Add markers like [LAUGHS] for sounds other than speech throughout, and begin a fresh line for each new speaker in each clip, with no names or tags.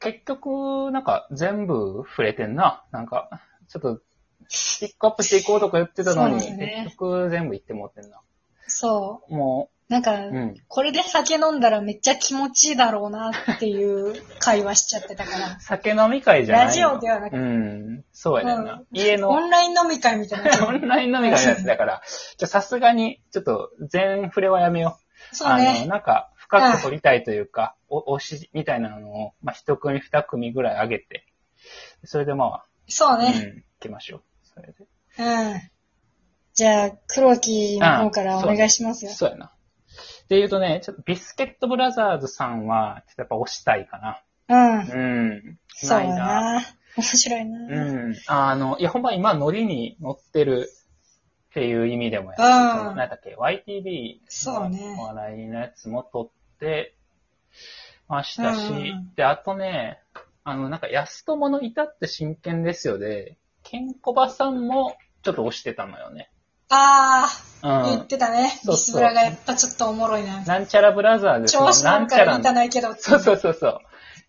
結局、なんか全部触れてんな。なんか、ちょっと、ピックアップしていこうとか言ってたのに、
そうですね
結局全部言ってもってんな。
そ
も
う。なんか、
う、うん。
これで酒飲んだらめっちゃ気持ちいいだろうなっていう会話しちゃってたから。
酒飲み会じゃないの
ラジオではなく
うん。そうやねんな。
うん
家 [LAUGHS] の、
オンライン飲み会みたいな。
[LAUGHS] オンライン飲み会のやつだから、 [LAUGHS] じゃあさすがに、ちょっと全触れはやめよう。
そう
あの、
ね。
なんか、深く掘りたいというか、お推しみたいなのを、まあ、一組二組ぐらい上げて、それでま
そう
あ、うん、
ね。
行きましょう。それで。
うん。じゃあ、黒木の方からお願いしますよ。
そうやな。で言うとね、ちょっとビスケットブラザーズさんは、ちょっとやっぱ推したいかな。
うん。
うん。
そう
い
やな。面白いな。
うん。あの、いや、ほんま今、ノリに乗ってるっていう意味でもやし、
うん
そのなんだっけ、
そうね
YTV の話題のやつも撮ってましたし、
うんうんうん
で、あとね、あの、なんか、安友のいたって真剣ですよで、ケンコバさんもちょっと推してたのよね。
あ
う
あ、言っ
ん。
てたね。
そうそう
ビスブラがやっぱちょっとおもろいな。
なんちゃらブラザーズ
調子
な
なんん
ちゃ
から言いた
の。
ないけど。
そうそうそうそう。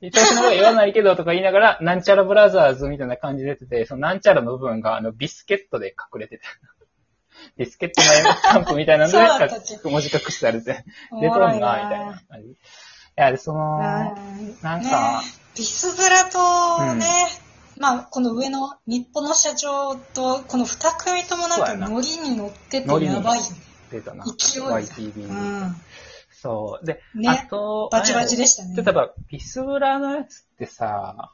伊藤の方が言わないけどとか言いながら、なんちゃらブラザーズみたいな感じで出てて、そのなんちゃらの部分があのビスケットで隠れてた。ビスケットの絵のスタンプみたいなので
そうだったっけ
か文字隠しされて、
お
出
も
とんな、
ろ
みたい
い
な。感じ。いや、でその、
うん
なんか
ねビスブラとね、まあ、この上の日本の社長と、この二組ともなん
そう
か
やな
ノリに乗ってて
ノリに
やばいよね。
出たな。
勢いが
YTV
う
に。
ん。
そう。で、
ね
あと、
バチバチでしたね
ちょっ。とやっぱ、ビスブラのやつってさ、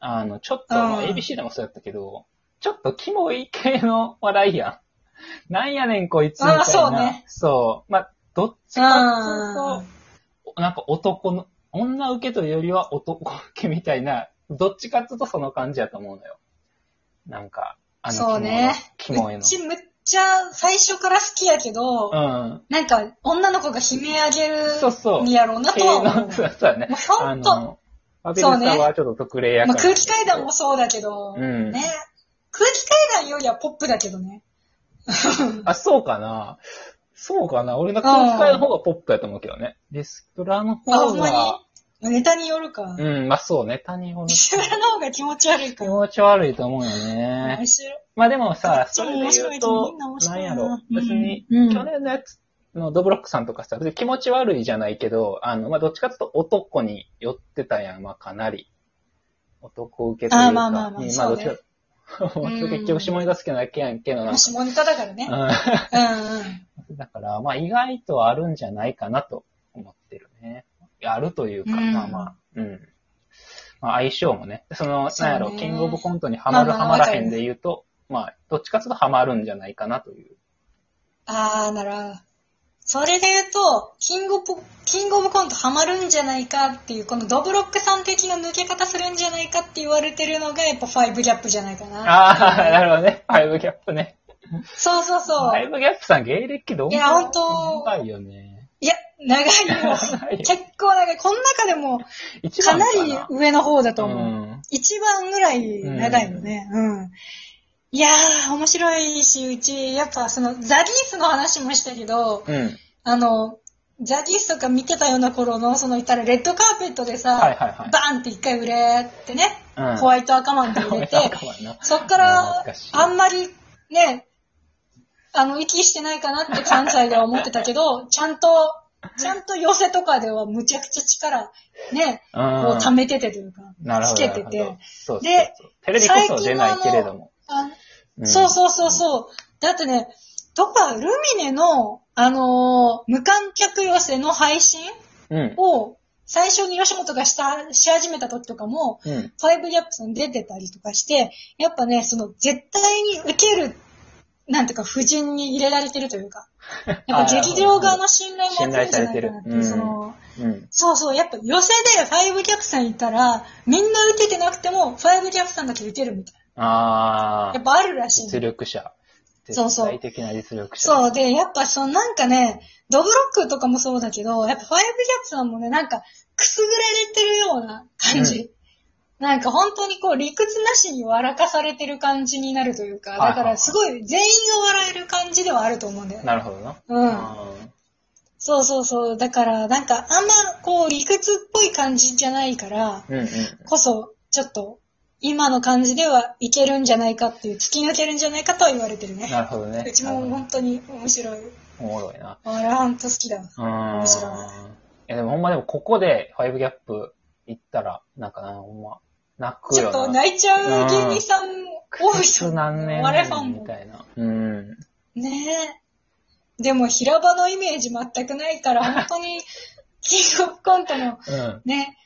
あの、ちょっと、
うん
まあ ABC でもそうやったけど、ちょっとキモい系の笑いやん。 [LAUGHS] なんやねんこいつみたいな。
あーそうね
そうまあ、どっちかっていうと、なんか男の、女受けというよりは男受けみたいな、どっちかっていうとその感じやと思うのよ。なんか、あの、
そうね
キモいの。
うちむっちゃ最初から好きやけど、
うん。
なんか女の子が悲鳴あげ
そう
る
そう。
んやろうなとは
系
思う。
の、 [LAUGHS] そうそうやね。
もうほ
あ
んと、
の、アビルさんはちょっと特例やか
まあ、
ら。
空気階段もそうだけど、
うん
ね。空気階段よりはポップだけどね。
あ、そうかな。そうかな。俺の空気階段の方がポップやと思うけどね。ディスプラの
あ、ほ
方
んまに
が、
ネタによる [LAUGHS] か。
うん、まあそう、ネタによる
ビスブラの方が気持ち悪いか
気
ら。
持ち悪いと思うよ
面
ね。
白い。
まあでも
こ
さ、
っち
そ
も
れで
面白
言う
いけど
と
みんな面、
な
白
ん
い
や
な
ろ。別に、
うんうん
去年のやつのドブロックさんとかさ、別に気持ち悪いじゃないけど、あの、まあどっちかっていうと男に寄ってたやん、まあかなり。男受けというか。
あーまあまあまあ
うん
そうね
どっちか。 [LAUGHS]
うん
結局下ネタ好きなだけやんけどなん
まあ、
か。
下ネタだからね。
うん
うんうん。
だから、まあ意外とあるんじゃないかなと思ってるね。あるというか、
うん
まあまあ、うん。まあ相性もね、その、
そう
なん
ね
やろ、キングオブコントにハマる
まあま
ハマ
あ
ら
わか
へ
り
ん
ます
で言うと、まあ、どっちかというとハマるんじゃないかなという。
あー、なら、それで言うと、キングオブ、キングオブコントハマるんじゃないかっていう、このドブロックさん的な抜け方するんじゃないかって言われてるのが、やっぱファイブギャップじゃないかな。
ああ、なるほどね。ファイブギャップね。
そうそう
フ
そう
ァイ。ブギャップさん芸歴どんぐら
いやほんと
長いよね。
いや、長いよ。
長いよ
結構長い。この中でも、
一
か
番
な
か
り上の方だと思う。
うん。
一番ぐらい長いよね。うん。いやー、面白いし、うち、やっぱその、ザギースの話もしたけど、
うん。
あの、ザギースとか見てたような頃の、その、いたらレッドカーペットでさ、
はいはいはい
バーンって一回売れってね、
うん
ホワイト赤マンで
[LAUGHS]
売れて、そっから
懐かしい、
あんまりね、あの、息してないかなって関西では思ってたけ
[LAUGHS]
ど、ちゃんと、ちゃんと寄せとかではむちゃくちゃ力、ね、
う
を
ん。
貯めててというか、
なるほ
つ
ど。
けて
なるほど。
て
そうそうそう
で
テレビこそ出ないけれども。
あ
ん
そうそうそうそう。だってね、どこかルミネの、あのー無観客寄せの配信
うん。
を最初に吉本がした、し始めた時とかも、
うん。
ファイブギャップさん出てたりとかして、やっぱね、その絶対に受ける、なんていうか、不人に入れられてるとい
[LAUGHS]
うか、やっぱ劇場側の信頼もあってるんじゃないかなってい
信頼されてるうん
う、その、
うん。
そうそう、やっぱ寄せでファイブギャップさんいたら、みんな受けてなくても、ファイブギャップさんだけ受けるみたい
あ
な。や
あ
っ、ぱあるらしいの
実力者。
そうそう
絶対的な実力者。う。
そう、で、やっぱそのなんかね、ドブロックとかもそうだけど、やっぱファイブギャップさんもね、なんか、くすぐられてるような感じ。なんか本当にこう理屈なしに笑かされてる感じになるというか、
はいはい
だからすごい全員が笑える感じではあると思うんだよね。
なるほどな。
うん。
あー
そうそうそう。だから、なんか、あんま、こう、理屈っぽい感じじゃないから、
うんうん。
こそ、ちょっと、今の感じではいけるんじゃないかっていう、突き抜けるんじゃないかとは言われてるね。
なるほどね。
うちも
なるほど
本当に面白い。
おもろいな。
あれ、本当好きだわ。
うーん。
面白い
いやでもほんまでもここで5ギャップ行ったら、なんかな、ほんま、泣く
ちょ
よ
っと
な。
泣いちゃう芸人さん多いし、
く何年
お笑いファン
み
も。
たいな。うん。
ねえ。でも平場のイメージ全くない [LAUGHS] から、本当に、キングオブコントの
うん。
ね、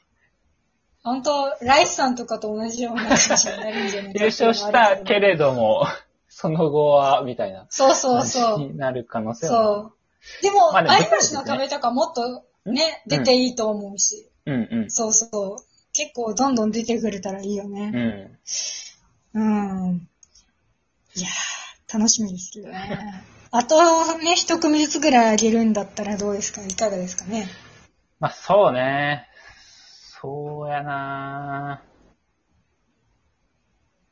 本当ライスさんとかと同じような感じになるんじゃないかっていうのはあるけ
優
ど
勝したけれども、その後は、みたいな
そうそう
感じ
そう。
になる可能性はあ
そう。でも、
まあでも
有吉の壁とかもっとね、
うん
出ていいと思うし。
る。うんうん。
そうそう。結構どんどん出てくれたらいいよね。
うん。
うん。いやー、楽しみですけどね。あとね、一組ずつぐらいあげるんだったらどうですかいかがですかね
まあそうね。そうやな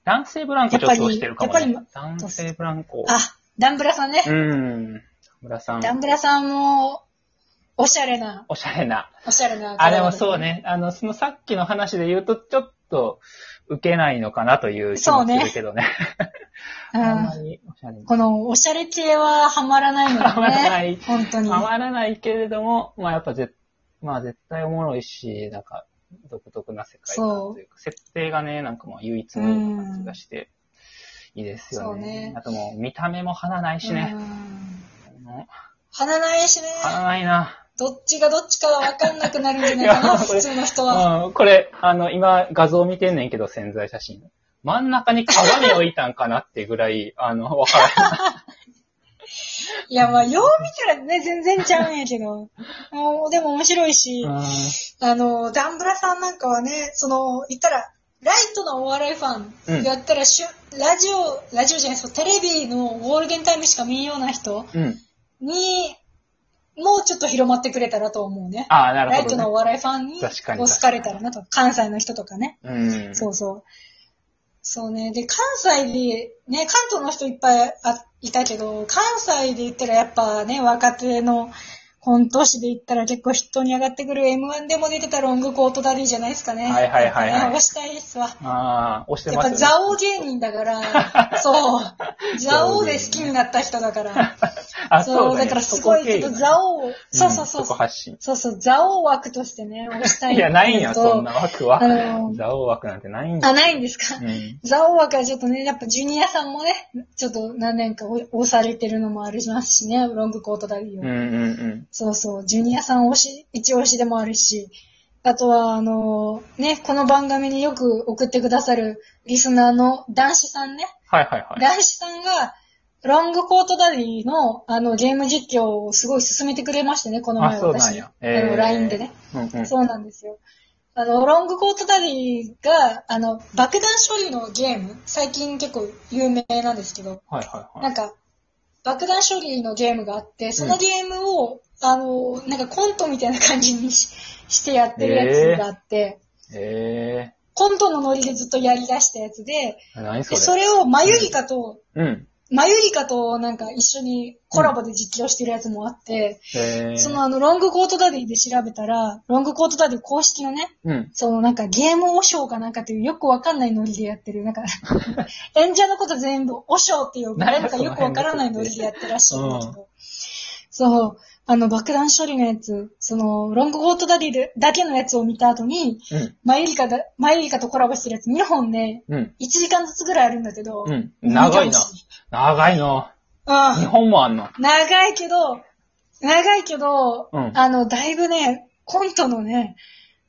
男性ブランコちょっと押してるかも
やっぱ
ね
り。
男性ブランコ。
あ、ダンブラさんね。
うん。村さ
ダン
ん、
ブラさんも、おしゃれな、
おしゃれな。
おしゃれな。
あ、でもそう。ね。あの、そのさっきの話で言うと、ちょっと、受けないのかなという気もするけどね。
う
[LAUGHS] あんま
ん。
り、おしゃれに。
この、おしゃれ系はハマらないの
はまらな
ね。
い。
本当に。
はまらないけれども、まあやっぱ絶、まあ絶対おもろいし、なんか、独特な世界観というか、設定がね、なんかもう唯一無二な感じがして、いいですよね。
そうね
あともう、見た目も花ないし
う
ね。
ん
もう
花ないしね。
花ないな。
どっちがどっちかわかんなくなるんじゃな
い
いか
や
な、
こ
普
れ
通の人は。
うん、これ、あの、今、画像見てんねんけど、潜在写真。真ん中に鏡置いたんかなってぐらい、あの、わからへん。
いや、まあ、よう見たらね、全然ちゃうんや
[LAUGHS]
けど。もうでも面白いし、
うん
あの、ダンブラさんなんかはね、その、言ったら、ライトなお笑いファンやったらしゅ、ラジオ、ラジオじゃないそう、テレビのゴールデンタイムしか見んような人
うん。
に、もうちょっと広まってくれたらと思うね。
ああ、な
ライ
るほ
トなお
ど、ね。
笑いファンに、こ
確かに
う好かれたらなと。関西の人とかね。
うん。
そうそう。そうね。で、関西で、ね、関東の人いっぱいあいたけど、関西で言ったらやっぱね、若手の本都市で言ったら結構人に上がってくる M1 でも出てたロングコートダディじゃないですかね。
はいはいはいはい
やっぱ [LAUGHS] ね押したいですわ。
ああ、押して
やっ
ます
ぱ
よ、ね。
ザオ芸人
[LAUGHS]
だから、そう。ザオで好きになった人だから。
あ、
そう、だ
ね
からすごいけど、
そこ経由
ザオを、そうそうそ
ん
う
そこ。発信。
そうそう、ザオ枠としてね、押したい。
いや、ないんや、そんな。枠は
あの。ー
ザオ枠なんてないんや。
あ、ないんですか。
うん。
ザオ枠はちょっとね、やっぱジュニアさんもね、ちょっと何年かお押されてるのもありますしね、ロングコートダディを。
うんうん
そうそう、ジュニアさん推し、一押しでもあるし、あとは、あのーね、この番組によく送ってくださるリスナーの男子さんね、
はいはいはい。
男子さんが、ロングコートダディの、あの、ゲーム実況をすごい勧めてくれましてね、この前
あそうなん
私に。
や
あ
えー
の、LINE でね。
うんうん。
そうなんですよ。あの、ロングコートダディが、あの、爆弾処理のゲーム、最近結構有名なんですけど、
はいはいは。
ないんか、爆弾処理のゲームがあって、そのゲームを、あの、なんかコントみたいな感じにししてやってるやつがあって、
え
コントのノリでずっとやり出したやつで、
えー。何そ
で
れ
それをマユリカと、
うん。
マユリカとなんか一緒にコラボで実況してるやつもあって、
ええー。
そのあの、ロングコートダディで調べたら、ロングコートダディ公式のね、
うん。
そのなんかゲーム和尚かなんかというよくわかんないノリでやってる、な
[LAUGHS]
んか演者のこと全部和尚って呼ぶ、
何や
なんかよくわからないノリでやってらっしゃる
その
んだけ
変な
ど。そう、あの爆弾処理のやつ、そのロングコートダディでだけのやつを見た後に、
うん。
マユリカだ、マユリカとコラボしてるやつ2本ね、
うん。
1時間ずつぐらいあるんだけど、
うん。長いな。長いの。
な。う
日
ん。
本もあんの。
長いけど、長いけど、
うん
あの、だいぶね、コントのね、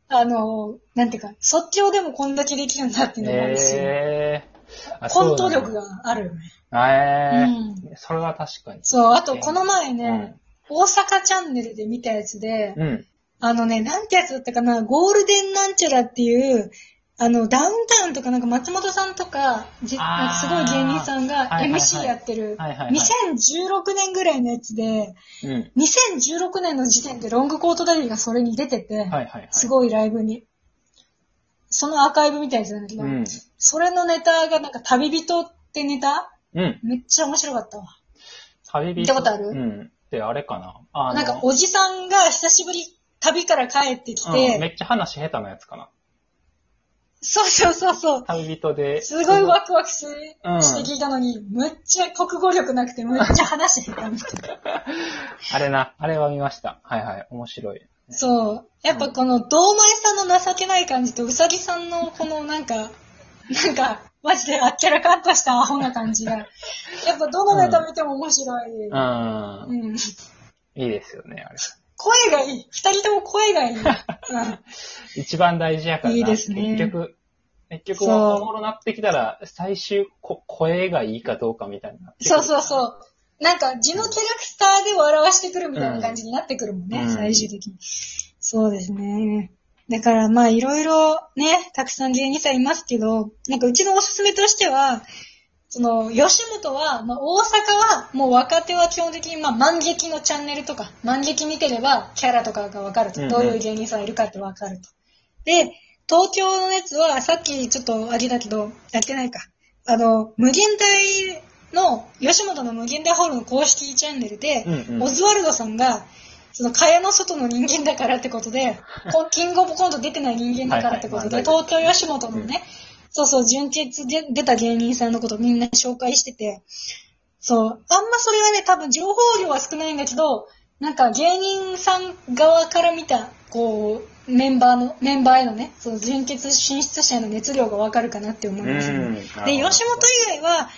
あの、なんていうか、即興でもこんだけできるんだっていうのもあるし、
えーあ
コント力
そう
があるよね。
なんや。え
うん
えー。それは確かに。
そう、あとこの前ね、大阪チャンネルで見たやつで、
うん。
あのね、なんてやつだったかな、ゴールデンなんちゃらっていう、あの、ダウンタウンとかなんか松本さんとか、じなんかすごい芸人さんが
あーはいはいはい
MC やってる、
はいはいはい
2016年ぐらいのやつで、
うん。
2016年の時点でロングコートダディがそれに出てて、
はいはいはい。
すごいライブに。そのアーカイブみたいなやつなんだけど、
うん。
それのネタがなんか旅人ってネタ
うん。
めっちゃ面白かったわ。
旅人。
行ったことある
うん。ってあれかなあの
なんか、おじさんが久しぶり、旅から帰ってき
うんめ
て、
っちゃ話下手なやつかな。
そうそうそうそう。
旅人で。
すごい
わ。
ワクワクす
うん
して聞いたのに、むっちゃ国語力なくて、むっちゃ話してたみたいな。
あれな、あれは見ました。はいはい、面白い。
そう。やっぱこの、堂前さんの情けない感じと、うさぎさんのこのなんか、なんか、マジであっけらかんとしたアホな感じが、やっぱどのネタ見ても面白い。
うん。
う
い
ん。
いですよね、あれ。
声がいい。二人とも声がいい。うん
一番大事やからな。
いいですね
結局、結局、
そう
おもろなってきたら、最終こ、声がいいかどうかみたいな。
そうそう
う。
そう。なんか、字のキャラクターで笑わしてくるみたいな感じになってくるもんね、
うん
最終的に。そうですね。だからまあいろいろね、たくさん芸人さんいますけど、なんかうちのおすすめとしては、その、吉本は、まあ大阪は、もう若手は基本的にまあ万劇のチャンネルとか、万劇見てればキャラとかがわかると。
うんうん
どういう芸人さんいるかってわかると。で、東京のやつは、さっきちょっとあげたけど、やってないか。あの、無限大の、吉本の無限大ホールの公式チャンネルで、
うんうん
オズワルドさんが、その、蚊帳の外の人間だからってこと
[LAUGHS]
で、こキングオブコント出てない人間だからってことで、
はいはいまあ
東京吉本のね、そうそう、純潔で出た芸人さんのことみんな紹介してて、そう。あんまそれはね、多分情報量は少ないんだけど、なんか芸人さん側から見た、こう、メンバーの、メンバーへのね、その純潔進出者への熱量がわかるかなって思いますね、
うん
で、吉
な
本以
るほど
外は、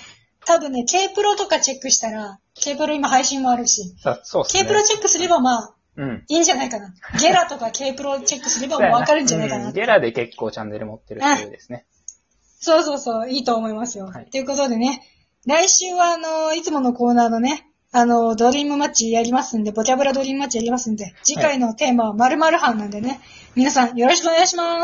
多分ね、K プロとかチェックしたら、K プロ今配信もあるし、
さそうっすね。
K プロチェックすればまあ、
うん。
いいんじゃないかな。ゲラとか K プロチェックすればもうわかるんじゃないか
う
な。
ゲラで結構チャンネル持ってる人ですね。
そうそうそう、いいと思いますよ。
はい
ということでね、来週はあの、いつものコーナーのね、あの、ドリームマッチやりますんで、ボキャブラドリームマッチやりますんで、次回のテーマは〇〇班なんでね、皆さんよろしくお願いします。